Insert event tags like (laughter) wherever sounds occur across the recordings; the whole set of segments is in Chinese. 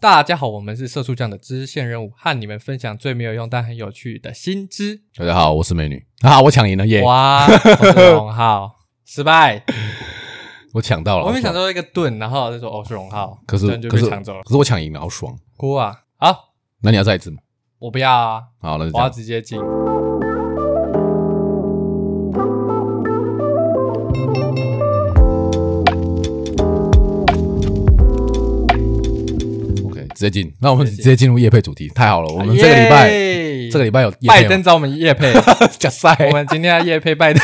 大家好，我们是社畜酱的支线任务，和你们分享最没有用但很有趣的新知。大家好，我是美女啊，我抢赢了耶！哇，我是荣浩，失败。我抢到了，我没好爽想，到一个盾，然后就说哦是荣浩，可是盾就可被是抢走了，可是我抢赢了，好爽。哭啊！好，那你要再一次吗？我不要啊，好，那就这我要样。直接进。 OK，直接进。那我们直接进直接进入夜配主题，太好了。我们这个礼拜，耶这个礼拜有业拜配登吗？找我们夜 (laughs) 配，假赛，我们今天要夜配拜 (laughs) 登，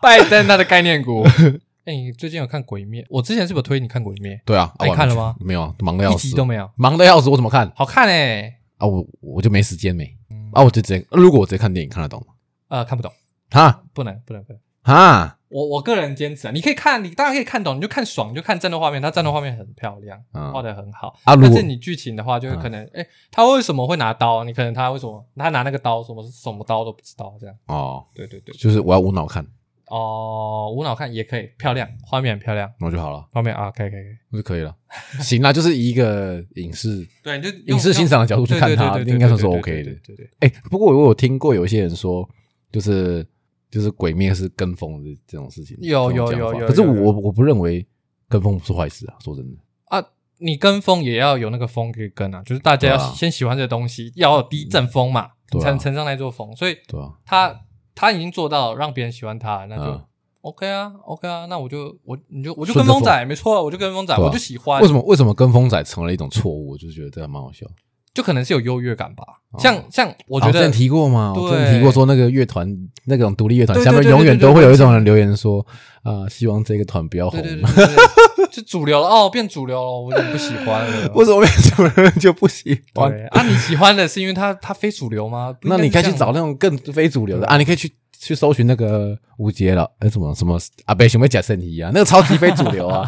拜登他的概念股。 (laughs) 哎、你最近有看《鬼灭》？我之前是不是有推你看《鬼灭对啊，啊哎我还没看了去吗没有啊，忙的》？要一死集，都没有，忙的要死，我怎么看好看哎、啊？我我就没时间没嗯啊，我就直接，如果我直接看电影看得懂吗？呃，看不懂，哈不能，不能，不能。哈我我个人坚持啊，你可以看，你当然可以看懂，你就看爽，你就看战斗画面，它战斗画面很漂亮，嗯画的很好。啊！如但果是你剧情的话，就会嗯可能，哎、他为什么会拿刀？啊你可能他为什么他拿那个刀，什么什么刀都不知道，这样。哦，对对对。就是我要无脑看，哦，无脑看也可以，漂亮，画面很漂亮，那就好了，画面啊，可以可以可以。那就可以了。行啦，就是以一个影视对，你就用影视欣赏的角度去看它，应该算是 OK 的。对对对，哎、不过我有听过有一些人说，就是就是鬼灭是跟风的这种事情，有这种讲法有有有可是有有我我不认为跟风是坏事啊，说真的，你跟风也要有那个风可以跟啊，就是大家要对啊先喜欢这个东西，要有第一阵风嘛，你对啊才能乘上那座风。所以对啊，他他已经做到让别人喜欢他，那就嗯， OK 啊，OK 啊，那我就我你就我就顺跟着风仔，没错，我就跟风仔，对啊我就喜欢为。什么为什么跟风仔成了一种错误？我就觉得这还蛮好笑。就可能是有优越感吧。哦像像我我觉之得前提过嘛，我之前对提过说那个乐团那种独立乐团对下面对对永远对对都会对有一种人留言说啊、希望这个团不要红对。对对对对，对 (laughs) 就主流了哦，变主流了，我有点不喜欢 (laughs) 了。为什么为什么人就不喜欢？对啊，你喜欢的是因为他他非主流 (laughs) 吗？不应那该你是可以这去样找那种更非主流的对啊，你可以去去搜寻那个吴杰了，哎、什么什么阿北熊妹假圣衣啊，那个超级非主 (laughs) 流啊。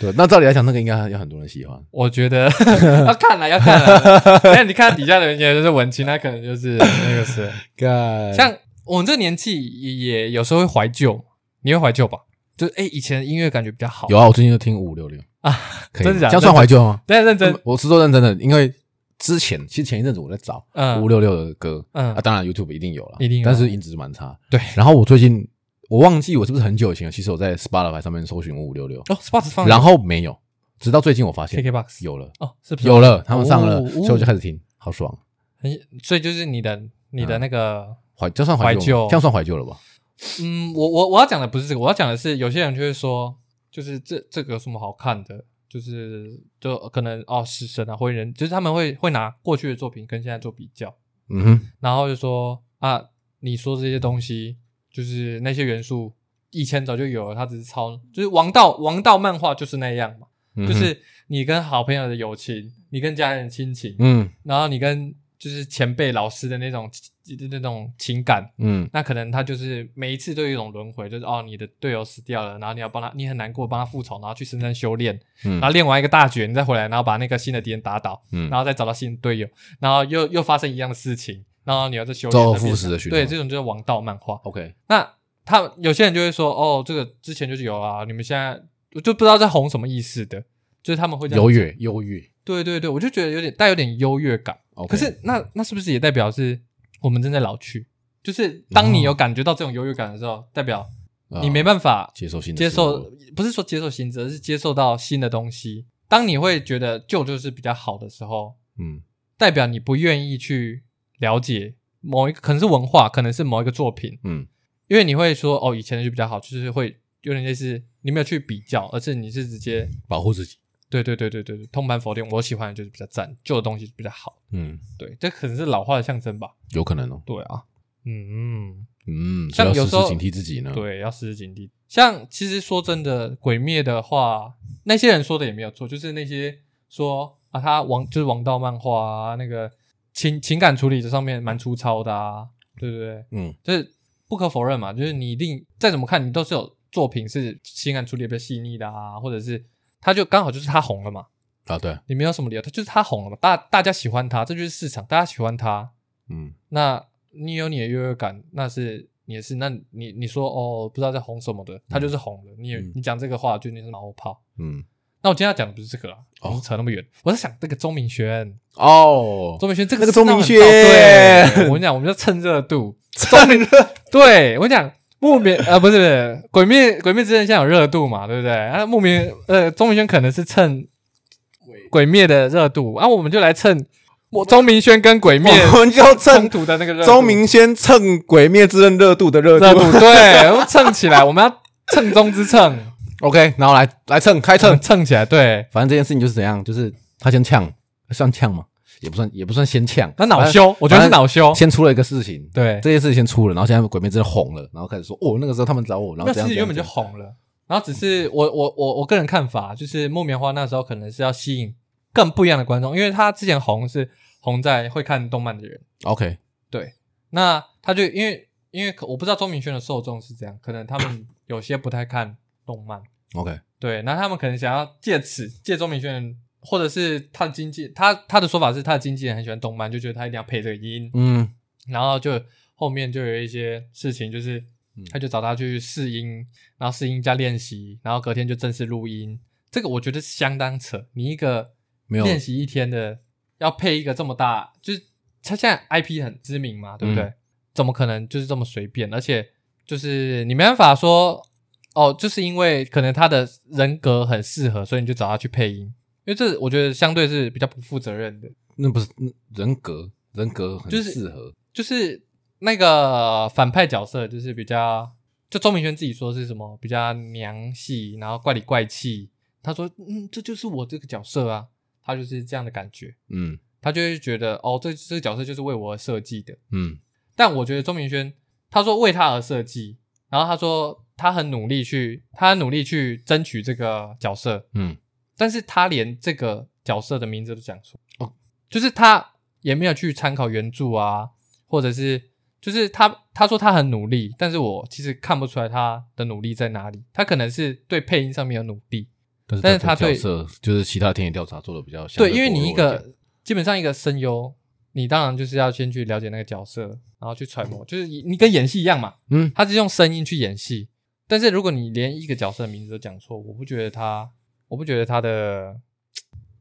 对，那照理来讲，那个应该有很多人喜欢。我觉 (laughs) 得 (laughs) 要看了，要看 (laughs) 了。那你看底下的人也就是文青，他可能就是 (laughs) 那个是干像我们这年纪也也有时候会怀旧，你会怀旧吧？就是哎，以前的音乐感觉比较好。有啊，我最近就听五六六啊，可以真的假的这样算怀旧吗？但认真，我是说认真的，因为之前其实前一阵子我在找嗯五六六的歌，嗯啊，当然 YouTube 一定有了，一定有啊但是音质蛮差。对然后我最近我忘记我是不是很久以前有，其实我在 Spotify 上面搜寻五五六六，哦，Spotify 放然后没有，直到最近我发现 KKBox 有了。哦，是不是有了，他们上了，哦所以我就开始听，好爽，很，所以就是你的你的那个，怀这算怀嗯怀旧旧吗，这样算怀旧了吧？嗯，我我我要讲的不是这个，我要讲的是有些人就会说，就是这这个有什么好看的，就是就可能哦，死神啊，火影人，就是他们会会拿过去的作品跟现在做比较，嗯哼，然后就说啊，你说这些东西就是那些元素，以前早就有了，它只是抄，就是王道王道漫画就是那样嘛，嗯哼就是你跟好朋友的友情，你跟家人的亲情，嗯然后你跟就是前辈老师的那种那种情感，嗯那可能他就是每一次都有一种轮回，就是哦，你的队友死掉了，然后你要帮他，你很难过，帮他复仇，然后去深山修炼，嗯然后练完一个大绝，你再回来，然后把那个新的敌人打倒，嗯然后再找到新的队友，然后又又发生一样的事情，然后你要再修炼，周而再变复始成的循环对，这种就是王道漫画。 ，OK，那他有些人就会说，哦，这个之前就是有啊，你们现在我就不知道在红什么意思的，就是他们会这样优越优越对对对，我就觉得有点带有点优越感。 ，OK，可是那那是不是也代表是我们正在老去？就是当你有感觉到这种优越感的时候，代表啊你没办法接受新的接事受物，不是说接受新知，而是接受到新的东西。当你会觉得旧就是比较好的时候，嗯代表你不愿意去了解某一个，可能是文化，可能是某一个作品，嗯因为你会说哦，以前的就比较好，就是会有点类似你没有去比较，而是你是直接保护自己，对对对对对对，通盘否定，我喜欢的就是比较赞，旧的东西比较好。嗯，对，这可能是老化的象征吧。有可能哦，对啊，嗯，嗯，像所以有要时时候时警惕自己呢，，对，要时时警惕。像其实说真的，《鬼灭》的话，那些人说的也没有错，就是那些说啊，他王就是王道漫画啊，那个情情感处理这上面蛮粗糙的啊，对不对？嗯就是不可否认嘛，就是你一定再怎么看，你都是有作品是情感处理得比较细腻的啊，或者是他就刚好就是他红了嘛，啊对，你没有什么理由，他就是他红了嘛，大大家喜欢他，这就是市场，大家喜欢他，嗯那你有你的优越感，那是你的事。那你你说哦，不知道在红什么的，他就是红了。你也嗯你讲这个话，就你是马后炮。嗯那我今天要讲的不是这个啊，哦我们扯那么远，我在想这个钟明轩，哦， (laughs) 钟明轩这那个是个钟明闹很轩大对，我跟你讲，我们要趁热度，真的对我跟你讲。木棉呃不是不是鬼灭鬼灭之刃现在有热度嘛对不对？啊木棉呃钟明轩可能是趁鬼灭的热度，啊我们就来趁我钟明轩跟鬼灭我们就冲趁突的那个热度钟明轩蹭《鬼灭之刃》热度的 (laughs) 热热度度， (laughs) 对，我们蹭起来，我们要蹭中之蹭， ，OK，然后来来蹭开蹭蹭，蹭起来，对，反正这件事情就是怎样，就是他先呛，算呛吗？也不算，也不算先呛，那恼反正羞，我觉得是恼羞，先出了一个事情，对，这件事情先出了，然后现在鬼灭之刃红了，然后开始说哦，那个时候他们找我，然后那这其样实这原样本就这样红了，然后只是我我我我个人看法就是木棉花那时候可能是要吸引更不一样的观众，因为他之前红是红在会看动漫的人， OK，对，那他就因为因为可我不知道钟明轩的受众是这样，可能他们有些不太看动漫， OK，对，那他们可能想要借此借钟明轩，或者是他的经纪，他他的说法是他的经纪人很喜欢动漫，就觉得他一定要配这个音，嗯，然后就后面就有一些事情，就是嗯他就找他去试音，然后试音加练习，然后隔天就正式录音。这个我觉得相当扯，你一个没有练习一天的，要配一个这么大，就是他现在 IP 很知名嘛，对不对？嗯怎么可能就是这么随便？而且就是你没办法说哦，就是因为可能他的人格很适合，所以你就找他去配音，因为这我觉得相对是比较不负责任的。那不是嗯人格，人格很就是适合，就是那个反派角色，就是比较，就钟明轩自己说是什么比较娘系，然后怪里怪气。他说，嗯，这就是我这个角色啊，他就是这样的感觉，嗯他就会觉得，哦，这这个角色就是为我而设计的。嗯但我觉得钟明轩，他说为他而设计，然后他说他很努力去，他很努力去争取这个角色，嗯，但是他连这个角色的名字都讲错，哦就是他也没有去参考原著啊，或者是就是他他说他很努力，但是我其实看不出来他的努力在哪里，他可能是对配音上面有努力，但但是是他角对色就是其他田野调查做的比较相对，因为薄弱你一点个基本上一个声优，你当然就是要先去了解那个角色，然后去揣摩，就是你你跟演戏一样嘛，嗯他是用声音去演戏，但是如果你连一个角色的名字都讲错，我不觉得他，我不觉得他的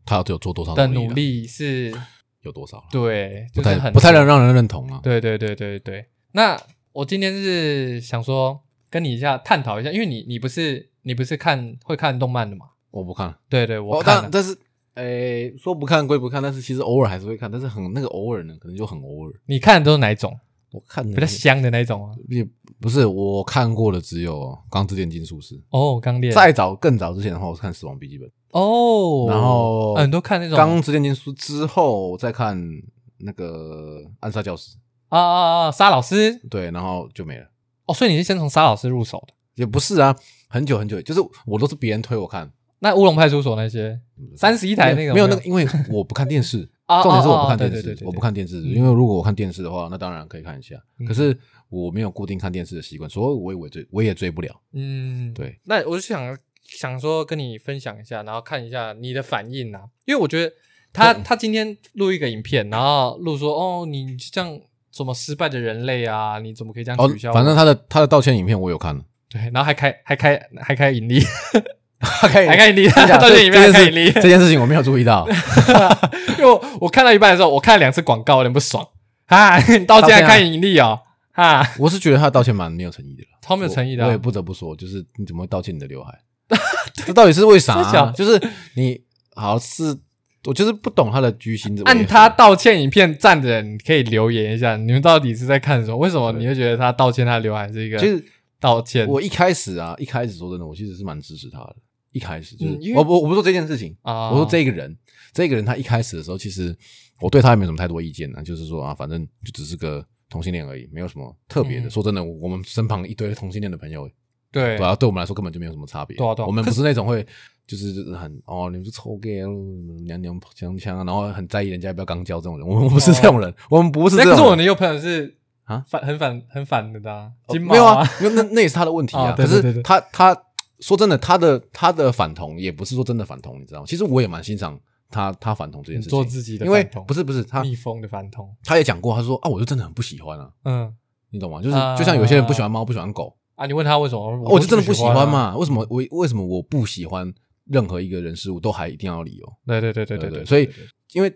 他有做多少的努努啦力是。有多少了，对，不就是太很不太能让人认同啊，对对对对对。那我今天是想说跟你一下探讨一下，因为你你不是你不是看会看动漫的嘛？我不看，对对，我哦，看了、哎但但是。诶，说不看归不看，但是其实偶尔还是会看，但是很那个偶尔呢，可能就很偶尔。你看的都是哪一种？我看比较香的那一种啊？也不是我看过的只有《钢之炼金术师》，哦，钢炼再早更早之前的话，我是看《死亡笔记本》，哦，然后很多看那种钢之炼金术》之后再看那个《暗杀教室啊啊啊沙老师》，对，然后就没了。哦，所以你是先从沙老师入手的。也不是啊，很久很久，就是我都是别人推我看，那乌龙派出所那些三十一台那个没有没有那那，个，因为我不看电视啊重点是我不啊啊看电对对对视对，对我不看电视，嗯因为如果我看电视的话，那当然可以看一下嗯，可是我没有固定看电视的习惯，所以我也我也追我也追不了。嗯，对。那我就想想说跟你分享一下，然后看一下你的反应啊，因为我觉得他他今天录一个影片，然后录说哦，你这样什么失败的人类啊，你怎么可以这样哦取消我？，反正他的他的道歉影片我有看了，对，然后还开还开还开盈利， (laughs) 可 (laughs) 以还开盈利，真假到这底里面还这开件盈利事，这件事情我没有注意到， (laughs) 因为我我看到一半的时候，我看了两次广告，有点不爽啊， (laughs) 你到现在开盈利哦，啊，我是觉得他的道歉蛮没有诚意的啦， (laughs) 超没有诚意的啊我。我也不得不说，就是你怎么会道歉你的 (laughs) 刘海？这到底是为啥真假啊、就是你好是，我就是不懂他的居心是为何。按他道歉影片赞的人，可以留言一下，你们到底是在看什么？为什么你会觉得他道歉他的刘海是一个其实道歉？我一开始啊，一开始说真的，我其实是蛮支持他的。一开始就是、嗯因为我我我不是说这件事情，啊我说这个人，这个人他一开始的时候，其实我对他也没有什么太多意见呢、就是说啊，反正就只是个同性恋而已，没有什么特别的。嗯说真的，我我们身旁一堆同性恋的朋友，对对啊，对我们来说根本就没有什么差别。对啊对啊我们不是那种会就是就是很哦，你们是臭 gay 啊，娘娘娘腔啊，然后很在意人家要不要刚交这种人，我们我们不是这种人，我们不是哦那这可种是我人。的有朋友是啊反很反很反的的啊、哦金毛、没有啊，，没有那那也是他的问题啊。哦对可对对是对他他说真的，他的他的反同也不是说真的反同，你知道吗？其实我也蛮欣赏他他反同这件事情，做自己的因为反同不是不是他蜜蜂的反同，他也讲过，他说啊，我就真的很不喜欢啊，嗯你懂吗？就是啊就像有些人不喜欢猫，不喜欢狗，啊，你问他为什么，哦我就真的不喜啊欢。嘛。为什么我为什么我不喜欢任何一个人事物都还一定要有理由。对对对对对对对，所以对对因为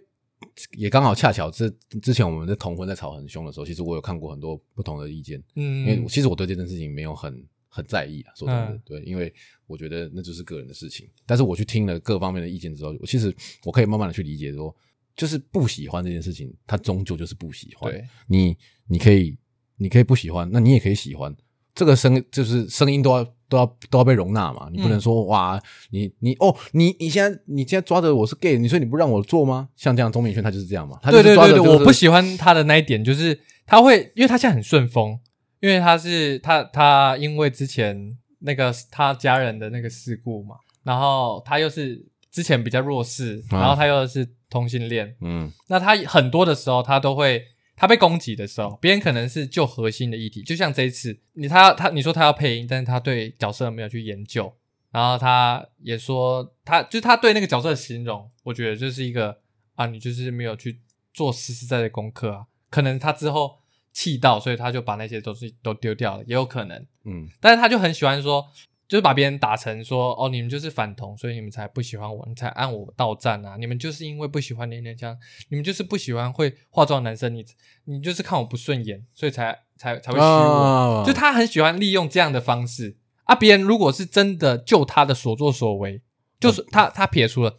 也刚好恰巧这之前我们在同婚在吵很凶的时候，其实我有看过很多不同的意见，因为嗯我，其实我对这件事情没有很很在意啊，说真的，嗯对，因为我觉得那就是个人的事情。但是我去听了各方面的意见之后，我其实我可以慢慢的去理解说，就是不喜欢这件事情，它终究就是不喜欢。嗯对，你你可以你可以不喜欢，那你也可以喜欢。这个声就是声音都要都要都要被容纳嘛，你嗯不能说、哇，你你哦，你你现在你现在抓着我是 gay，你说你不让我做吗？像这样钟明轩他就是这样嘛，他对就是对抓对着、对，就是、我不喜欢他的那一点就是他会，因为他现在很顺风，因为他是他他因为之前那个他家人的那个事故嘛，然后他又是之前比较弱势，啊然后他又是同性恋，嗯那他很多的时候他都会。他被攻击的时候，别人可能是就核心的议题，就像这一次，你他他你说他要配音，但是他对角色没有去研究，然后他也说他就是他对那个角色的形容，我觉得就是一个啊，你就是没有去做实实在在的功课啊，可能他之后气到，所以他就把那些东西都丢掉了，也有可能。嗯但是他就很喜欢说，就是把别人打成说，哦，你们就是反同，所以你们才不喜欢我，你才按我到站啊，你们就是因为不喜欢年龄腔，你们就是不喜欢会化妆的男生，你你就是看我不顺眼，所以才才才会虚我。啊就他很喜欢利用这样的方式啊，别人如果是真的就他的所作所为，就是他他撇除了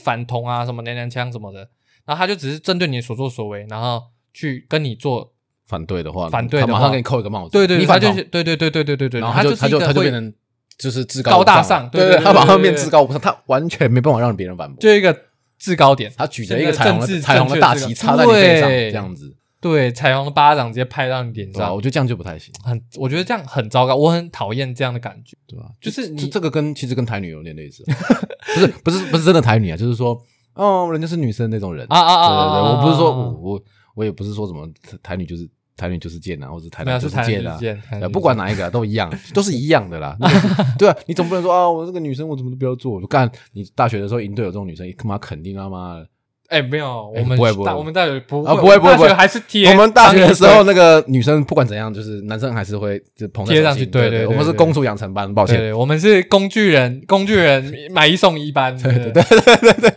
反同啊什么娘娘腔什么的，然后他就只是针对你的所作所为，然后去跟你做。反对的话，反对的他话马上给你扣一个帽子，对对，你他反就同是对对对对对对对，然后他就他他就他就会变成就是至高无大上上嘛对对对他对马上对变对至高无上，他完全没办法让别人反驳，就一个制高点，他举着一个整彩政治虹的彩虹正的确大制高旗插在你背上，对这样子，对彩虹的巴掌直接拍到你脸对吧？啊上我，觉得这样就不太行，很我觉得这样很糟糕，我很讨厌这样的感觉。对吧？就是这你这个跟其实跟台女有点类似， (laughs) 不是不是不是真的台女啊，就是说哦，人家是女生那种人啊啊啊对对啊啊对，我不是说啊啊我我我也不是说什么台女就是台女就是贱啊，或者台没男有就是是台贱女啊，见，台呃女不管见哪一个啊都一样， (laughs) 都是一样的啦。那个 (laughs) 对啊，你总不能说啊，我这个女生我怎么都不要做，我就干。你大学的时候营队有这种女生，他妈肯定他妈的。哎没有，我哎们不会不会大我们大学不啊不我会们不会大不会学还是贴我们大学的时候，商业那个女生不管怎样，就是男生还是会就捧在贴手上心去对对对我对们是对公主养成班，抱队对歉。对，我们是工具人，工具人买一送一 (laughs) 班，对对对对对。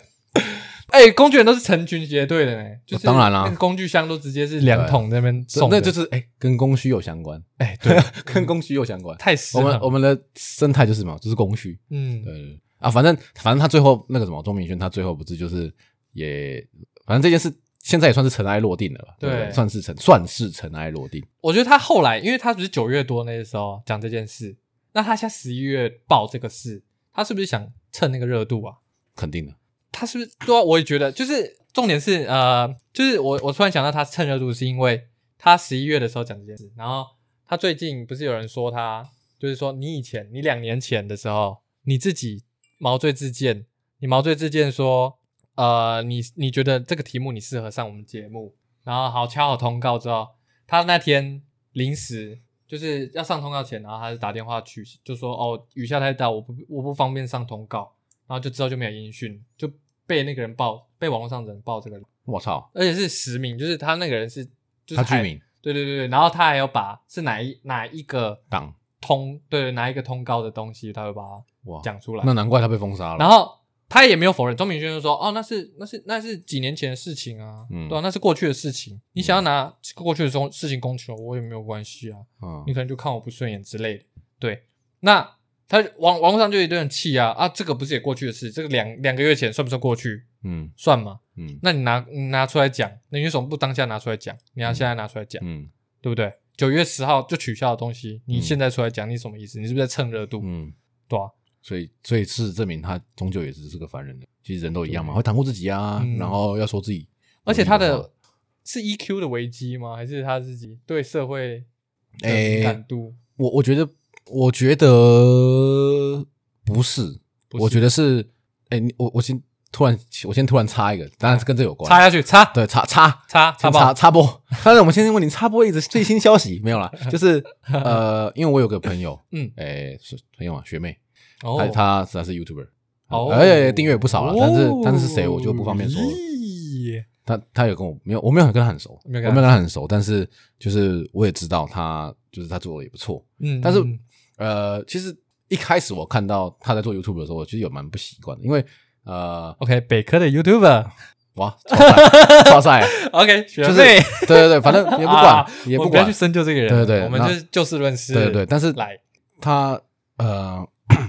哎，工具人都是成群结队的呢，就是当然啦那个工具箱都直接是两桶在那边这送的，那就是哎，跟供需有相关，哎 (laughs) 对，跟供需有相关。太湿我们我们们的生态就是什么？就是供需。嗯对对对啊，反正反正他最后那个什么钟明轩，他最后不是就是也，反正这件事现在也算是尘埃落定了吧？对不算是尘算是尘埃落定。我觉得他后来，因为他不是九月多那个时候讲这件事，那他现在十一月报这个事，他是不是想趁那个热度啊？肯定的，他是不是对啊？我也觉得，就是重点是呃，就是我我突然想到他趁热度，是因为他十一月的时候讲这件事，然后他最近不是有人说他，就是说你以前你两年前的时候，你自己毛遂自荐，你毛遂自荐说，呃，你你觉得这个题目你适合上我们节目，然后好敲好通告之后，他那天临时。就是要上通告前，然后他就打电话去，就说哦雨下太大，我不我不方便上通告，然后就之后就没有音讯，就被那个人报，被网络上的人报这个人，我操，而且是实名，就是他那个人是，就是他还居，民对对对对，然后他还有把是哪一哪一个党通，对哪一个通告的东西，他会把它哇，讲出来那，难怪他被封杀了。然后他也没有否认，钟明轩就说，哦，那是那是那是几年前的事情啊，嗯对啊，那是过去的事情，你想要拿过去的东事情攻击我，我也没有关系啊，嗯你可能就看我不顺眼之类的。对，那他网网络上就有一堆人气啊啊，这个不是也过去的事，这个两两个月前算不算过去？嗯算嘛？嗯那你拿你拿出来讲，那你为什么不当下拿出来讲？你要现在拿出来讲，嗯对不对？九月十号就取消的东西，你嗯现在出来讲，你什么意思？你是不是在蹭热度？嗯，对啊，所以所以事实证明他终究也只是个凡人的，其实人都一样嘛，会袒护自己啊，嗯然后要说自己，而且他有的是 EQ 的危机吗？还是他自己对社会的诶敏感度？我我觉得，我觉得不是，不是我觉得是，哎、你我我先突然，我先突然插一个，当然是跟这有关，插下去，插对插插插插先插爆，插播。 (laughs) 但是我们先问你插播一直最新消息没有啦？就是呃，因为我有个朋友， (laughs) 嗯，哎、是朋友啊，学妹，哦她她她是 YouTuber，哎哦而且订阅不少了，但是但是谁我就不方便说了。咦他他有跟我没有，我没有很跟他很熟，没有跟他我没有跟他很熟，但是就是我也知道他就是他做的也不错，嗯，但是嗯呃，其实一开始我看到他在做 YouTube 的时候，我其实有蛮不习惯的，因为呃， OK，北科的 YouTuber。哇， (laughs) 哇塞， OK，学啊就是费对对对，反正也不管 (laughs) 啊，也我不们不要管去，深究这个人，对对我们那就是就事论事，对对对，但是来，他呃， (clears throat)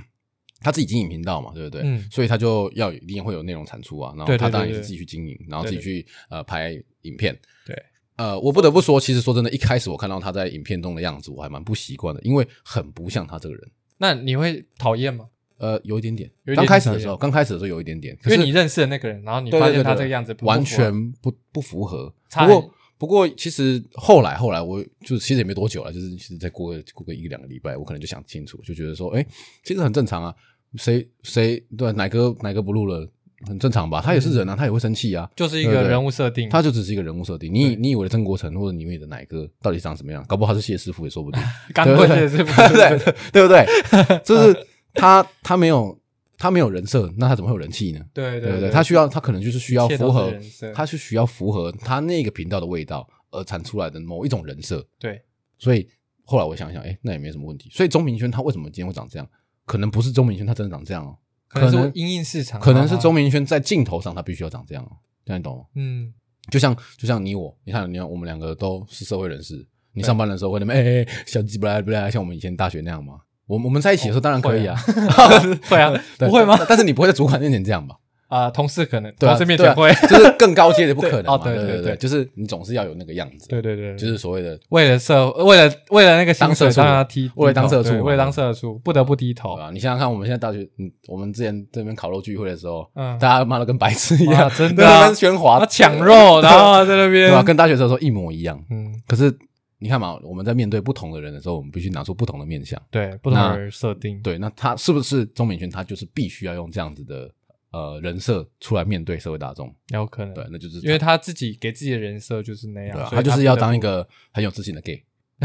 他自己经营频道嘛，对不对？嗯所以他就要一定会有内容产出啊，然对后对他对当然也对是自己去经营，然后对自对己去呃拍影片。对，呃，我不得不说，其实说真的，一开始我看到他在影片中的样子，我还蛮不习惯的，因为很不像他这个人。那你会讨厌吗？呃，有一点点有一点，点刚开始的时候，刚开始的时候有一点点，可因是为你认识的那个人，然后你对发对现对他对这个样子不完不符合全不不符合。差不很过不过，其实后来后来，我就其实也没多久了，就是其实再过个过个一两个礼拜，我可能就想清楚，就觉得说，哎，其实很正常啊，谁谁对哪个哪个不录了，很正常吧？他也是嗯人啊，他也会生气啊。就是一对个对人物设定，他就只是一个人物设定，你你以为的曾国成或者你以为的哪个到底长什么样？搞不好是谢师傅也说不 (laughs) 定。钢对棍对也是不对不对？对不对？ (laughs) 就是他他没有他没有人设，那他怎么会有人气呢？对对对不对？他需要他可能就是需要一切都符是合人设，他是需要符合他那个频道的味道而产出来的某一种人设。对所以后来我想想，哎，那也没什么问题。所以钟明轩他为什么今天会长这样？可能不是钟明轩他真的长这样哦，可能可是能因应市场，可能是钟明，明轩在镜头上他必须要长这样哦，这样你懂吗？ (laughs) 嗯，就像就像你我，你看你看我们两个都是社会人士，你上班的时候会那么哎哎、哎小鸡不来不来，像我们以前大学那样吗？我们我们在一起的时候当然可以啊，，会啊对不会吗？但但是你不会在主管面前这样吧？啊，同事可能，对啊，同事面对前啊会，就是更高阶的不可能嘛。对哦对对对对对，就是你总是要有那个样子，对对对，就对是所谓的为了社，为了为了那个薪当水社畜当然要低，为了当低头社畜对嘛为了当社畜不得不低头啊，你想想看，我们现在大学，嗯，我们之前这边烤肉聚会的时候，嗯大家妈的跟白痴一哇样，真的在啊那边喧哗啊，抢肉，然后在那对啊吧？边，跟大学的时候一模一样。嗯，可是你看嘛，我们在面对不同的人的时候，我们必须拿出不同的面相。对，不同那的设定，对，那他是不是钟明轩？他就是必须要用这样子的呃人设出来面对社会大众。有可能对，，那就是因为他自己给自己的人设就是那样对啊，，所以他就是要不得当一不个很有自信的 gay， (laughs)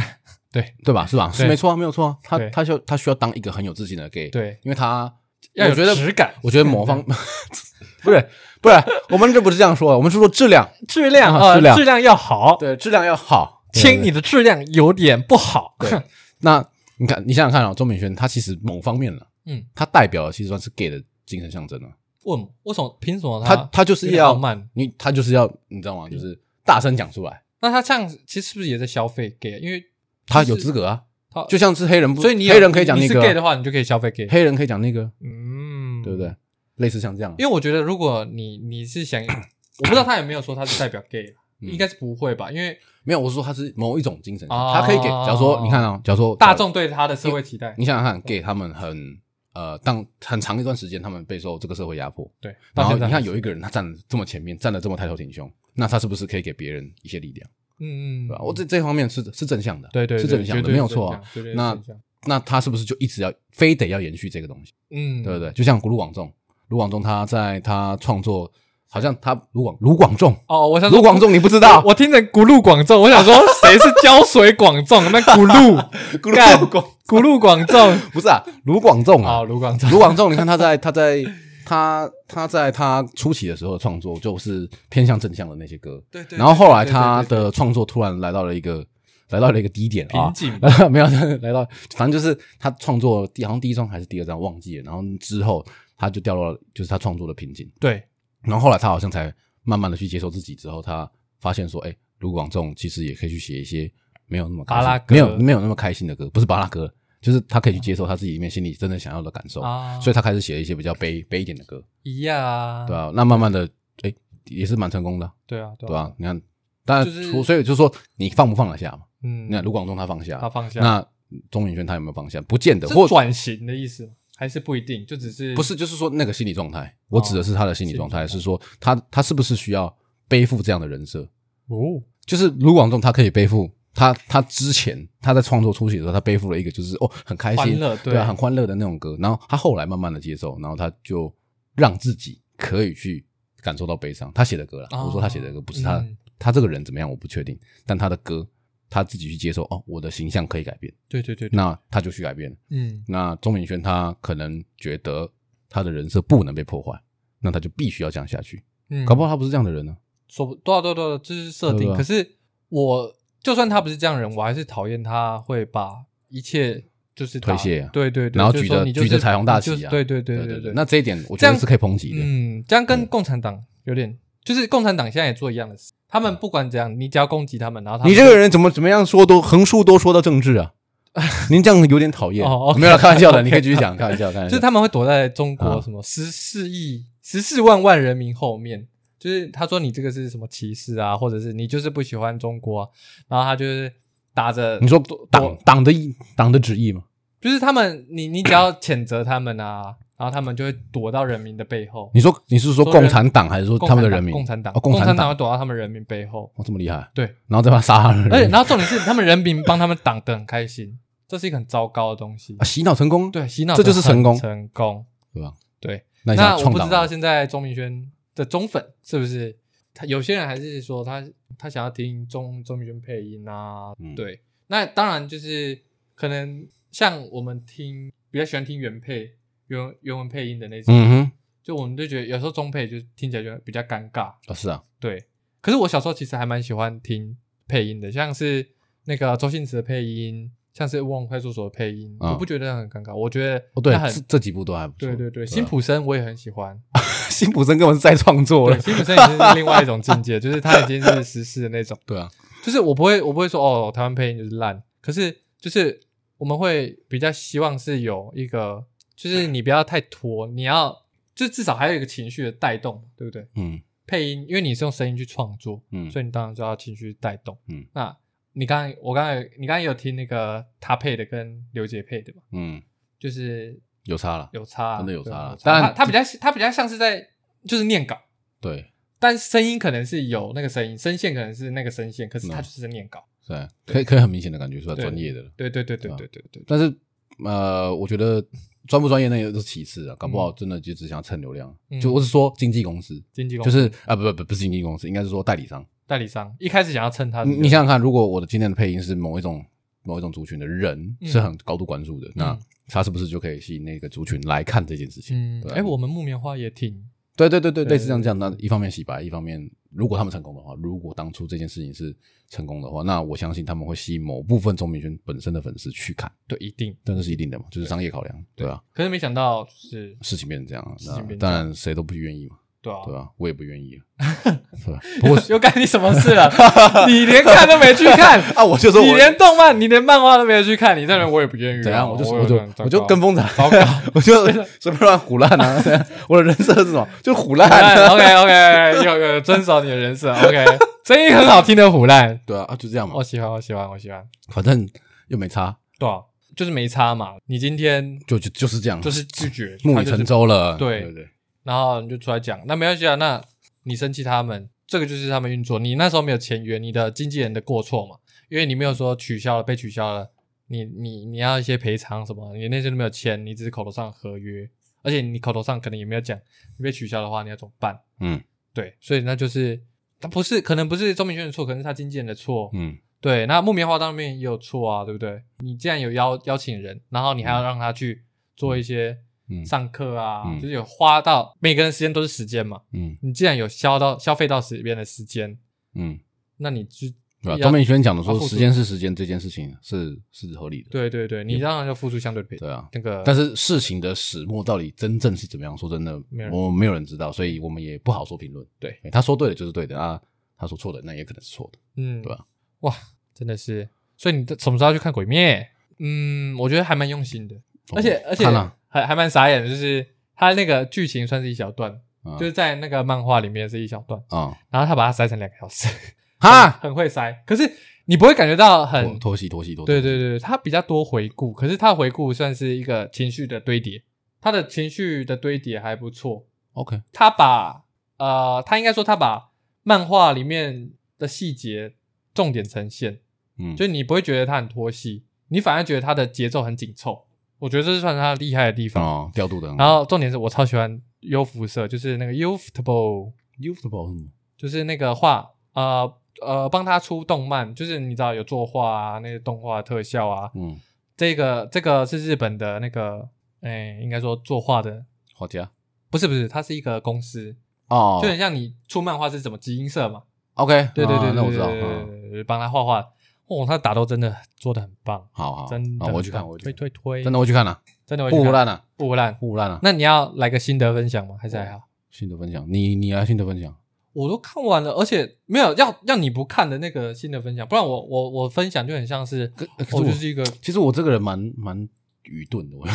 对对吧？是吧？对是没错啊，没有错啊。他对他需要他需要当一个很有自信的 gay，，对，因为他要有我觉得质感我觉得某方 (laughs) 不是不是，我们这不是这样说，我们是说 (laughs) 质量， (laughs) 质量 (laughs) 啊呃质量质量要好，对，质量要好。亲，对你的质量有点不好，对那你看，你想想看啊，钟明轩他其实某方面了，嗯，他代表的其实算是 gay 的精神象征了。 (laughs) 问为什么凭什么他他就是有点傲要慢？你，他就是要你知道吗？就是大声讲出来，那他这样其实是不是也在消费 gay？因为他有资格啊。他就像是黑人不，所以你有黑人可以讲你那是 gay 的个，话，你就可以消费 gay。黑人可以讲那个，嗯，对不对？？类似像这样，因为我觉得如果你你是想，我不知道他有没有说他是代表 gay，啦嗯应该是不会吧？因为没有，我是说他是某一种精神，哦他可以给，假如说你看啊，假如说大，众对他的社会期待你，想想看，给他们很呃，当很长一段时间，他们备受这个社会压迫，对，到然后现你在看有一个人他站的这么前面，站的这么抬头挺胸，那他是不是可以给别人一些力量，嗯嗯，对吧？我这这方面是是正向的，对对是正向的，没有错啊。，对绝对是那正向那他是不是就一直要非得要延续这个东西，嗯，对不对？就像卢广仲，卢广仲他在他创作，好像他卢广卢广仲，哦，我想说卢广仲你不知道我，我听成轱辘广众，我 (laughs) 想说谁是胶水广众？那轱辘干轱辘广众不是啊，卢广仲 (laughs) 啊啊，，卢广 (laughs) 仲，卢广仲，你看他在他在他他在他初期的时候的创作就是偏向正向的那些歌，对对然后后来他的创作突然来到了一个来到了一个低点啊 (laughs) 瓶，颈，没有来到，反正就是他创作第好像第一张还是第二张忘记了，然后之后他就掉到了就是他创作的瓶颈，对，然后后来他好像才慢慢的去接受自己，之后他发现说，哎，卢广仲其实也可以去写一些没有那么开巴心拉歌没有没有那么开心的歌，不是巴拉歌。就是他可以去接受他自己里面心里真正想要的感受啊所以他开始写一些比较悲悲一点的歌，一样啊，对吧、那慢慢的，哎、也是蛮成功的，对啊，对对吧、啊，你看，当然，就是除所以就是说你放不放得下嘛？嗯你，看卢广仲他放下，他放下，那钟明轩他有没有放下？不见得，或是转型的意思吗还是不一定，就只是不是，就是说那个心理状态。我指的是他的心理状态，心是说他他是不是需要背负这样的人设？哦，就是卢广仲他可以背负。他他之前他在创作初期的时候，他背负了一个就是哦很开欢心，乐对对啊，很欢乐的那种歌。然后他后来慢慢的接受，然后他就让自己可以去感受到悲伤。他写的歌啦，哦我说他写的歌不是他、嗯他这个人怎么样我不确定，但他的歌他自己去接受哦，我的形象可以改变，对对对，对那他就去改变。嗯，那钟明轩他可能觉得他的人设不能被破坏，那他就必须要这样下去。嗯搞不好他不是这样的人呢、说不，对啊，对啊对啊，这是设对定。吧可是我就算他不是这样的人，我还是讨厌他会把一切就是打推卸啊对对对，然后就是举着说你就是举着彩虹大旗啊你就是对对对对对对，对。那这一点我这觉样得是可以抨击的。嗯，这样跟共产党有点，就是共产党现在也做一样的事，他们不管怎样，你只要攻击他们，然后他们你这个人怎么怎么样说都横竖都说到 (laughs) 政治啊？您这样有点讨厌哦，OK 没有啦开玩笑的，你可以继续讲，开玩笑，开玩就是笑。他们会躲在中国啊什么十四亿、十四万万人民后面。就是他说你这个是什么歧视啊，或者是你就是不喜欢中国啊、然后他就是打着你说党我党的意党的旨意吗？就是他们，你你只要谴责他们啊，然后他们就会躲到人民的背后。你说你是说说共人产党还是说共他们产的党人民？共产党，哦，共共产产党党会躲到他们人民背后。哦，这么厉害。对，然后再把他杀了人，而且，然后重点是，他们人民帮他们挡得很开心，这是一个很糟糕的东西啊。洗脑成功，对，洗脑这就是成成功成功。对吧？对，那你那想我创不知党啊道吗？现在钟明轩的忠粉是不是他？有些人还是说他他想要听钟钟明轩配音啊。嗯对，那当然就是可能像我们听比较喜欢听原配原原文配音的那种，嗯就我们就觉得有时候中配就听起来就比较尴尬。哼，啊是啊，对，可是我小时候其实还蛮喜欢听配音的，像是那个周星驰的配音，像是《乌龙派出所》的配音，嗯我不觉得很尴尬，我觉得哦对那，很这这几部都还不错。对对对，啊辛普森我也很喜欢， (laughs) 辛普森根本是再创作了对，。辛普森已经是另外一种境界，就是他已经是实事的那种，对啊，就是我不会我不会说哦台湾配音就是烂，可是就是我们会比较希望是有一个，就是你不要太拖，你要就至少还有一个情绪的带动，对不对？嗯配音，因为你是用声音去创作，嗯所以你当然就要情绪带动。嗯，那你刚才我刚才你刚才有听那个他配的跟刘杰配的嘛？嗯，就是有差了。有差啊、真的有对差啊当当然然他他比较他比较像是在就是念稿，对但声音可能是有那个声音，声线可能是那个声线，可是他嗯就是在念稿。对，可以可以很明显的感觉出来对专业的了。对对对对对啊对对对对，但是呃，我觉得专不专业那也都是其次啊，搞不好真的就只想蹭流量。嗯就我是说经纪公司，经纪公就司是啊不不不不是经纪公司，应该是说代理商。代理商一开始想要蹭他的你流量，你想想看，如果我的今天的配音是某一种某一种族群的人嗯是很高度关注的，那嗯他是不是就可以吸引那个族群来看这件事情？嗯，对啊哎、我们木棉花也挺对对对对，对类似像这样，那一方面洗白，一方面如果他们成功的话，如果当初这件事情是成功的话，那我相信他们会吸引某部分钟明轩本身的粉丝去看，对一定，但这是一定的嘛，就是商业考量，对啊，可是没想到就是事情变成这样啊，事情变成那当然谁都不愿意嘛，对啊对吧、我也不愿 (laughs) 意、啊，对吧、不过又干你什么事 (laughs) 了？你连看都没去看啊，我 (laughs) 就说你我连动漫、你连漫画都没有去看，你当然我也不愿意啊。怎样，我就也我就很糟糕我就跟风仔，糟糕。 (laughs) (laughs) 我就随便乱胡乱啊， (laughs) 这样我的人设是什么？ (laughs) 就胡乱、啊 OK OK，有 (laughs) 有遵守你的人设。OK，声音很好听的虎烂，对啊，啊就这样嘛我，喜欢，我喜欢，我喜欢。反正又没差，对啊，就是没差嘛。你今天就就就是这样，就是拒绝，木他已就是成，舟了，对对对，然后你就出来讲，那没关系啊。那你生气他们，这个就是他们运作。你那时候没有签约，你的经纪人的过错嘛，因为你没有说取消了，被取消了。你你你要一些赔偿什么？你那些都没有签，你只是口头上合约，而且你口头上可能也没有讲，你被取消的话你要怎么办？嗯对，所以那就是他不是，可能不是周明轩的错，可能是他经纪人的错。嗯。对，那木棉花当面也有错啊，对不对？你既然有邀邀请人，然后你还要让他去做一些嗯上课啊，嗯就是有花到每个人时间都是时间嘛。嗯你既然有消到消费到时别人的时间，嗯，那你就对吧？要张美轩讲的要说，付出时间是时间这件事情是是合理的，对对对，你当然要付出相对的赔对啊。那个，但是是事情的始末到底真正是怎么样？说真的没有，人我们没有人知道，所以我们也不好说评论。对欸，他说对的就是对的啊，他说错的那也可能是错的。嗯，对啊哇，真的是，所以你什么时候要去看《鬼灭》？嗯，我觉得还蛮用心的，而且而且哦看了还还蛮傻眼的，就是它那个剧情算是一小段，嗯就是在那个漫画里面是一小段，啊然后他把它塞成两个小时，哈， (laughs) 很会塞，可是你不会感觉到很拖，拖戏拖戏拖戏，对对对，它比较多回顾，可是它的回顾算是一个情绪的堆叠，它的情绪的堆叠还不错， ，OK，他把呃，他应该说他把漫画里面的细节重点呈现，嗯，就是你不会觉得他很拖戏，你反而觉得他的节奏很紧凑。我觉得这是算他厉害的地方。哦调度的很好，然后重点是我超喜欢优辐射，就是那个 Ufotable， u f o 是什么？就是那个画呃呃帮他出动漫，就是你知道有作画啊，那些动画特效啊。嗯，这个这个是日本的那个，哎，应该说作画的，画家不是不是，它是一个公司，哦就很像你出漫画是怎么集英社嘛。 ，OK，对对啊对，那我知道，对对嗯对对对帮他画画，哦，他打斗真的做的很棒，好好，真的好很哦我去看，棒我去推看，推推，真的我去看了，啊真的会去不胡看乱了，不烂。不胡乱了。啊那你要来个心得分享吗？还是还好？心得分享，你你来心得分享，我都看完了，而且没有要要你不看的那个新的分享，不然我我我分享就很像是可 (laughs) 可是我我就是一个其实我这个人蛮蛮愚钝的，我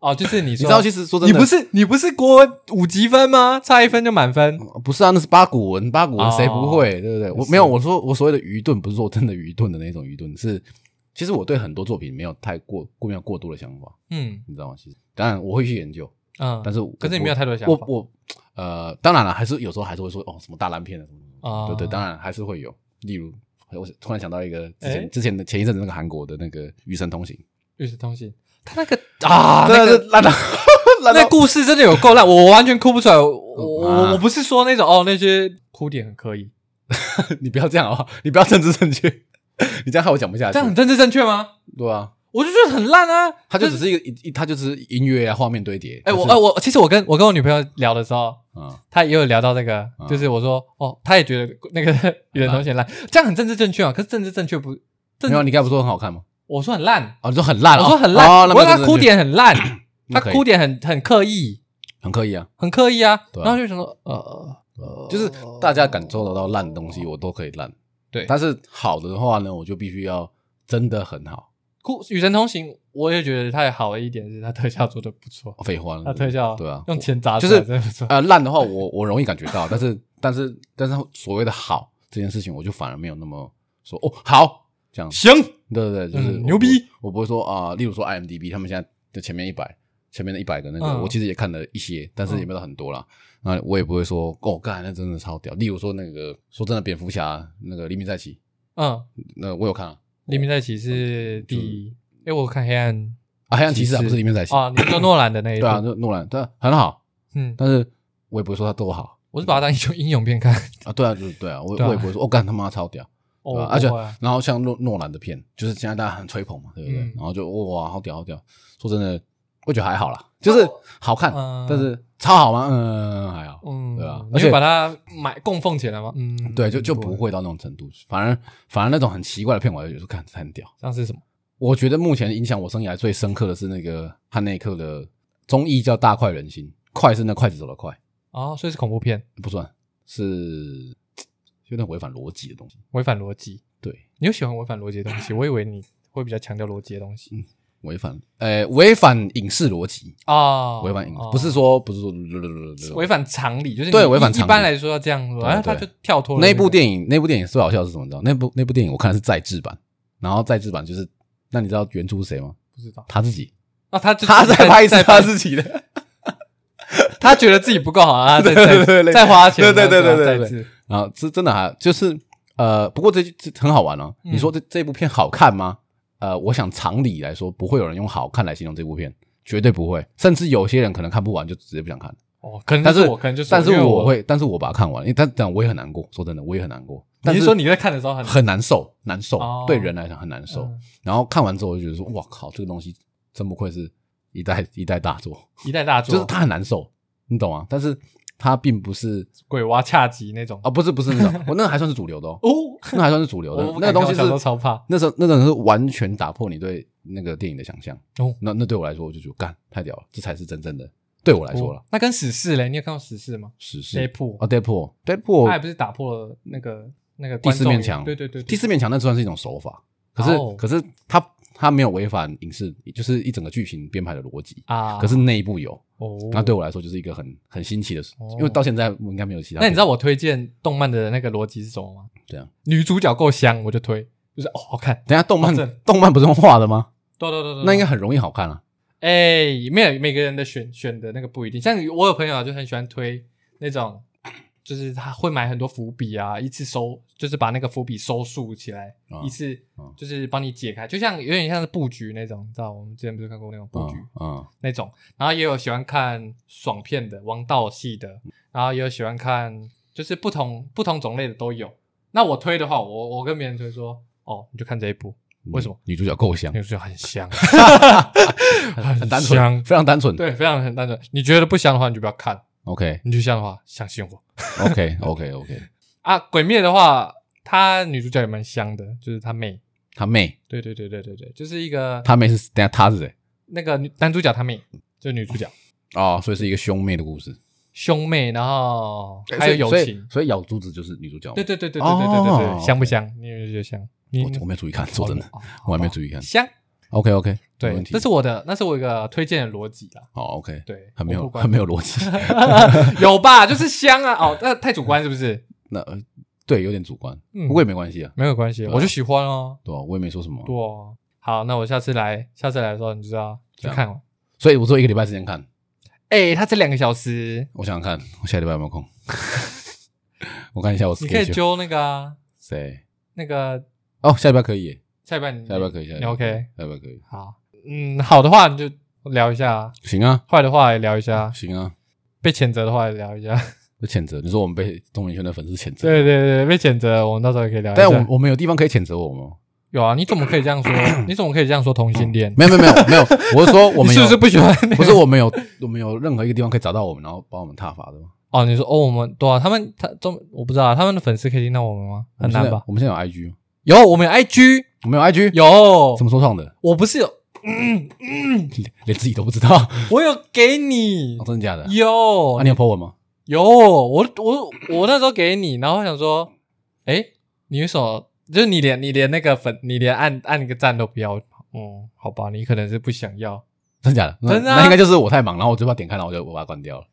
哦，就是你你说知道，其实说真你的，不是你不是国文五级分吗？差一分就满分，不是啊，那是八股文，八股文哦谁不会，对不对？我是没有，我说我所谓的愚钝，不是说真的愚钝的那种愚钝，是其实我对很多作品没有太过过没有过多的想法，嗯你知道吗？其实当然我会去研究，嗯，但是我可是你没有太多的想法我我呃，当然了，还是有时候还是会说哦，什么大烂片啊什么什么，啊，对对，当然还是会有，例如。我突然想到一个之哎前之前的前一阵子那个韩国的那个《与神同行玉石通信，他那个 (laughs) 啊，》，那对个对，烂到烂那到故事真的有够烂，我完全哭不出来。我我啊我不是说那种哦，那些哭点很可以，你不要这样啊！你不要政治正确， (laughs) 你这样害我讲不下去。这样很政治正确吗？对啊，我就觉得很烂啊。它就只是一个一，它就只是音乐啊，画面堆叠。哎、我就哎、是我其实我跟我跟我女朋友聊的时候，嗯，她也有聊到那个，嗯就是我说哦，她也觉得那个远同学烂，这样很政治正确啊。可是政治正确不，没有，你刚才不是说很好看吗？我说很烂，啊，你说很烂啊，我说很烂，哦我说那没有她政治哭点很烂，她那可以哭点很很刻意，很可以啊，很刻意啊。对啊然后就想说呃呃，就是大家感受得到烂的东西，我都可以烂。对但是好的话呢，我就必须要真的很好。哭《与神同行》，我也觉得它好的一点是它特效做的不错，废话，它特效对啊，用钱砸出就来是真的不错。啊烂的话，我我容易感觉到，但是但是但是所谓的好这件事情，我就反而没有那么说哦好这样。行，对对对，就是嗯我牛逼我。我不会说啊、例如说 IMDB，他们现在的前面一百，前面的一百个那个，嗯我其实也看了一些，但是也没有到很多啦。那、我也不会说，哦，干，那真的超屌。例如说那个，说真的，蝙蝠侠那个《黎明再起嗯，》，那我有看啊， 《黎明再起》嗯是第，哎，我看黑暗啊，黑暗骑士啊，骑士不是《黎明再起》啊，你说诺兰的那一对啊，部，那诺兰，但很好，嗯，但是我也不会说他多好我是把它当英雄英雄片看。啊。对啊，就是对啊，我对啊我也不会说，哦，干他妈超屌。哦对吧我而且不会啊然后像诺诺兰的片，就是现在大家很吹捧嘛，对不对？嗯然后就哇，好屌好屌！说真的，我觉得还好啦，就是好看，哦嗯但是超好吗？嗯，还好。嗯，对啊你而会且把它买供奉起来吗？嗯，对，就就不会到那种程度，反而反而那种很奇怪的片，我还觉得说看很屌。像是什么？我觉得目前影响我生涯最深刻的是那个汉内克的综艺叫《大快人心》，快是那筷子手的快，哦，所以是恐怖片，不算是有点违反逻辑的东西。违反逻辑。对，你有喜欢违反逻辑的东西？我以为你会比较强调逻辑的东嗯西违反呃违反影视逻辑，啊，违反影、哦不是说不是说 (laughs) 违反常理，就是对你违反一常理一般来说要这样说，对然后他对就跳脱了那部个电影，那部电影最好笑的是什么？你知道？那部那部电影我看的是再制版，然后再制版就是，那你知道原著是谁吗？不知道他自己，啊，他就他在拍一次在他自己的，他觉得自己不够好啊，再对对再对对再花钱，对对对然后对再对次然后这真的还就是呃，不过这这很好玩哦。嗯你说这这部片好看吗？呃，我想常理来说，不会有人用好看来形容这部片，绝对不会。甚至有些人可能看不完就直接不想看。哦，可能但就是我可能就是但是因为我我，会，但是我把它看完，因为但但我也很难过。说真的，我也很难过。但你是说你在看的时候很很难受，难受哦对人来讲很难受。嗯然后看完之后，我就觉得说，哇靠，这个东西真不愧是一代一代大作，一代大就是作，它很难受，你懂吗？但是它并不是鬼娃恰吉那种啊，不是不是那种，我那个还算是主流的哦，哦，那还算是主流的我，不那敢个东西看我小时候是超怕那时候那种是完全打破你对那个电影的想象。哦那那对我来说，我就觉得干太屌了，这才是真正的对我来说了哦，那跟史事嘞，你有看过史事吗史诗？Deadpool，哎啊他也，Deadpool，Deadpool 不是打破了那个那个第观四众面墙，对对对，对第四面墙那算是一种手法，可是哦可是它它没有违反影视，就是一整个剧情编排的逻辑。啊，可是那一部有，哦，那对我来说就是一个很很新奇的事，哦因为到现在我应该没有其他。那你知道我推荐动漫的那个逻辑是什么吗？怎样？女主角够香，我就推，就是哦，好看。等一下动漫哦这嗯动漫不是用画的吗？对对对对，那应该很容易好看啊。哎，没有每个人的选选的那个不一定。像我有朋友啊，就很喜欢推那种，就是他会买很多伏笔啊，一次收，就是把那个伏笔收束起来，啊一次啊就是帮你解开，就像有点像是布局那种，你知道我们之前不是看过那种布局嗯嗯，那种，然后也有喜欢看爽片的、王道系的，然后也有喜欢看就是不同不同种类的都有。那我推的话，我我跟别人推说，哦，你就看这一部，为什么嗯女主角够香那？个就很香， (laughs) 很单香纯，非常单纯。对，非常很单纯。你觉得不香的话，你就不要看。 OK 你就像的话，相信我 (laughs) OK OK OK，啊！鬼灭的话，她女主角也蛮香的，就是她妹，他妹，对对对对对对，就是一个他妹是等一下他是谁？那个女男主角他妹，就是女主角哦，所以是一个兄妹的故事，兄妹，然后哎还有友所以所情以，所以咬珠子就是女主角吗。对对对对对对对对对哦对，香不香？你有没有觉得香？你我我没有注意看，说真的，哦我还没注意看。香， OK OK，没对问，题那。是我的，那是我一个推荐的逻辑啦。好哦 OK，对，很没我有不管很没有逻辑。 (laughs) (laughs) 有吧？就是香啊，哦，那太主观是不是？那呃对，有点主观，嗯不过也 (laughs) 没关系啊，没有关系，对啊我就喜欢哦。对吧？我也没说什么啊对，啊，好，那我下次来，下次来的时候你就知道去这样看哦。所以我只有一个礼拜时间看。哎，它才两个小时，我想想看，我下礼拜有没有空？ (laughs) 我看一下我你可以 schedule 揪那个啊，谁？那个哦，下礼拜可以耶，下一半，下礼拜可以，下你礼拜可以 OK？下礼拜可以，好，嗯，好的话你就聊一下啊，行啊，坏的话也聊一下，行啊。被谴责的话也聊一下。就谴责，你说我们被东明轩的粉丝谴责，对对对，被谴责，我们到时候也可以聊一下。但我我们有地方可以谴责我吗？有啊，你怎么可以这样 (coughs) 说？你怎么可以这样说同性恋？没有没有没有没有，我是说我你们是有不是不喜欢那个？不是我们有我们有任何一个地方可以找到我们，然后把我们踏伐的吗？哦，你说哦，我们对啊，他们他中我不知道啊，他们的粉丝可以听到我们吗？很我们现难在吧？我们现在有 IG 吗？有，我们有 IG 我们有 IG，有怎，么说唱的？我不是有，连 (laughs) 连自己都不知道，哦我有给你，真的假 (laughs) 的？有啊，你有 po 文吗？有，我我我那时候给你，然后我想说，哎，你为什么？就是你连你连那个粉，你连按按一个赞都不要，嗯，好吧，你可能是不想要。真的假的？那真的啊那应该就是我太忙，然后我就把它点开，然后我就我把它关掉了。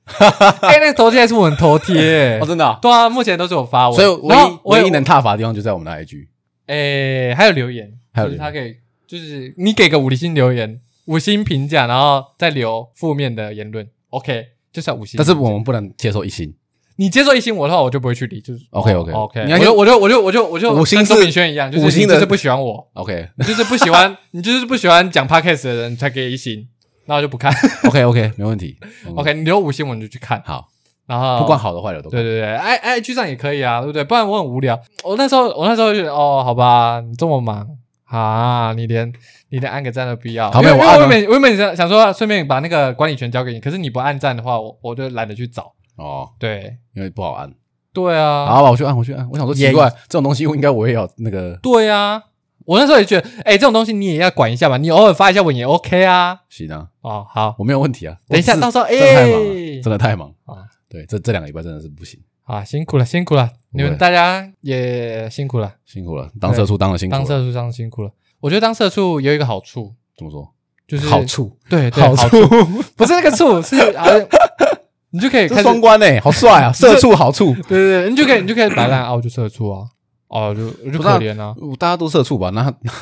哎，那个头贴还是我们头贴哦，，真的啊。对啊，目前都是我发文，所以唯然后一我有唯一能踏伐的地方就在我们的 IG。诶、还有留言，还有就是留言他可以，就是你给个五星留言，五星评价，然后再留负面的言论，OK，就是要五星。但是我们不能接受一星，你接受一星我的话，我就不会去理，就是 OK，OK o k 你我要就我就我就我就我就五星跟是钟明轩一样，就是五星你的就是不喜欢我， OK (laughs) 你就是不喜欢，你就是不喜欢讲 podcast 的人才给一星，那我就不看。 OK (laughs) OK，没问题。嗯 OK，你留五星我们就去看，好，然后不管好的坏的都可以对对对，i i g 上也可以啊，对不对？不然我很无聊。我那时候我那时候就觉得，哦，好吧，你这么忙啊，你连你连按个赞都不要。好因为没因为有我按我了原本我原本想想说，顺便把那个管理权交给你，可是你不按赞的话，我我就懒得去找。哦，对因为不好按。对啊，好吧，我去按，我去按。我想说也奇怪，这种东西我应该我也要那个对啊，我那时候也觉得，哎，这种东西你也要管一下吧，你偶尔发一下文也 OK 啊。行啊，哦，好我没有问题啊。等一下我是到时候真的太忙了哎真的太忙啊啊。对，这这两个礼拜真的是不行，啊，辛苦了，辛苦了，不你会们大家也辛苦了，辛苦了，当社畜当的辛苦当了。社畜当辛苦了。我觉得当社畜有一个好处，怎么说？就是好处，对，对好处，不是那个处， (laughs) 是好像你就可以开这始， (laughs) 双对关哎，好帅 (laughs) 啊！社畜好处，对对，你就可以你就可以摆烂啊，我就社畜啊，哦，我就我就不是啊可怜啊，大家都社畜吧？那 (laughs)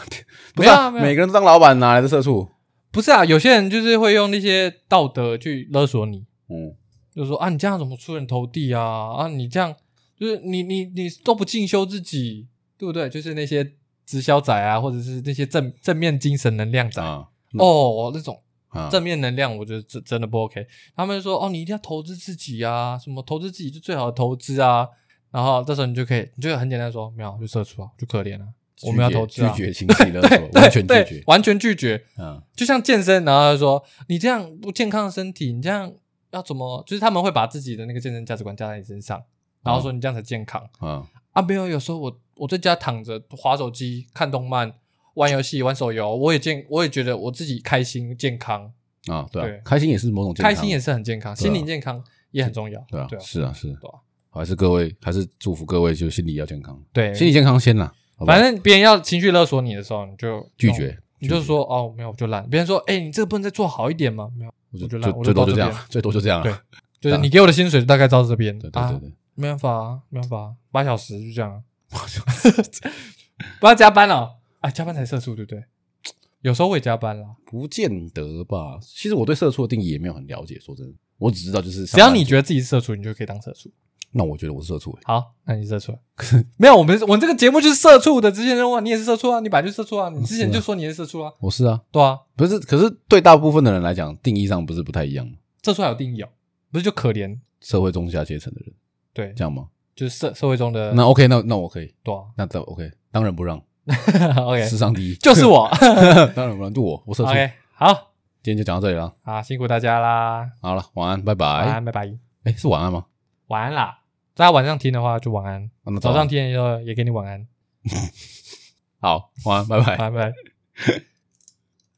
不没是有啊啊没有每个人都当老板，哪来的社畜？不是啊，有些人就是会用那些道德去勒索你，嗯，就说啊，你这样怎么出人头地啊？啊，你这样就是你你你都不进修自己，对不对？就是那些直销仔啊，或者是那些正正面精神能量仔。啊哦，那种啊，正面能量，我觉得真真的不 OK。他们就说哦，你一定要投资自己啊，什么投资自己是最好的投资啊。然后这时候你就可以，你就很简单地说，没有就社畜啊，就可怜 (laughs) 啊，我们要投资、啊，拒绝亲戚 (laughs) 勒索，对完全拒对绝。完全拒绝。嗯，就像健身，然后他说你这样不健康的身体，你这样要怎么？就是他们会把自己的那个健身价值观加在你身上，然后说你这样才健康、嗯，啊。没有，有时候我我在家躺着划手机、看动漫、玩游戏、玩手游，我也健，我也觉得我自己开心健康。啊，对对啊，开心也是某种健康开心也是很健康，对啊心灵健康也很重要。对啊对，啊，是啊，是对啊，还是各位，还是祝福各位，就心理要健康，对心理健康先啦，好吧反正别人要情绪勒索你的时候，你就拒绝，你就说哦，没有，我就烂。别人说，哎，你这个不能再做好一点吗？没有，我就我就就烂我就最多到这就这样 (laughs) 边，最多就这样对了，就是你给我的薪水大概到这边，啊对对啊对对，没办法啊，没办法啊，八小时就这 (laughs) 样啊，不要加班哦，啊，加班才社畜，对不对？有时候我也加班啦，不见得吧。其实我对社畜的定义也没有很了解，说真的，我只知道就是只上要班你族，觉得自己是社畜，你就可以当社畜。那我觉得我是社畜欸，好，那你社 (laughs) 畜，啊没有，我们我们这个节目就是社畜的之前任务啊，你也是社畜啊，你本来就是社畜啊，你之前就说你是社畜啊，我是啊，对啊，不是，可是对大部分的人来讲，定义上不是不太一样吗，社畜还有定义哦，不是就可怜，社会中下阶层的人对，这样吗？就是社社会中的那 OK，那那我可以，对 (laughs) 啊那这 OK，当仁不让， ，OK，智商第一，就是我 (laughs) 当仁不让，就我，我社畜， ，OK，好今天就讲到这里了，啊，辛苦大家啦，好了，晚安，拜晚拜，安，拜拜，哎，是晚安吗？晚安啦，大家晚上听的话就晚安。啊那早安上听的时候也给你晚安。好，晚安，拜拜。哎拜拜。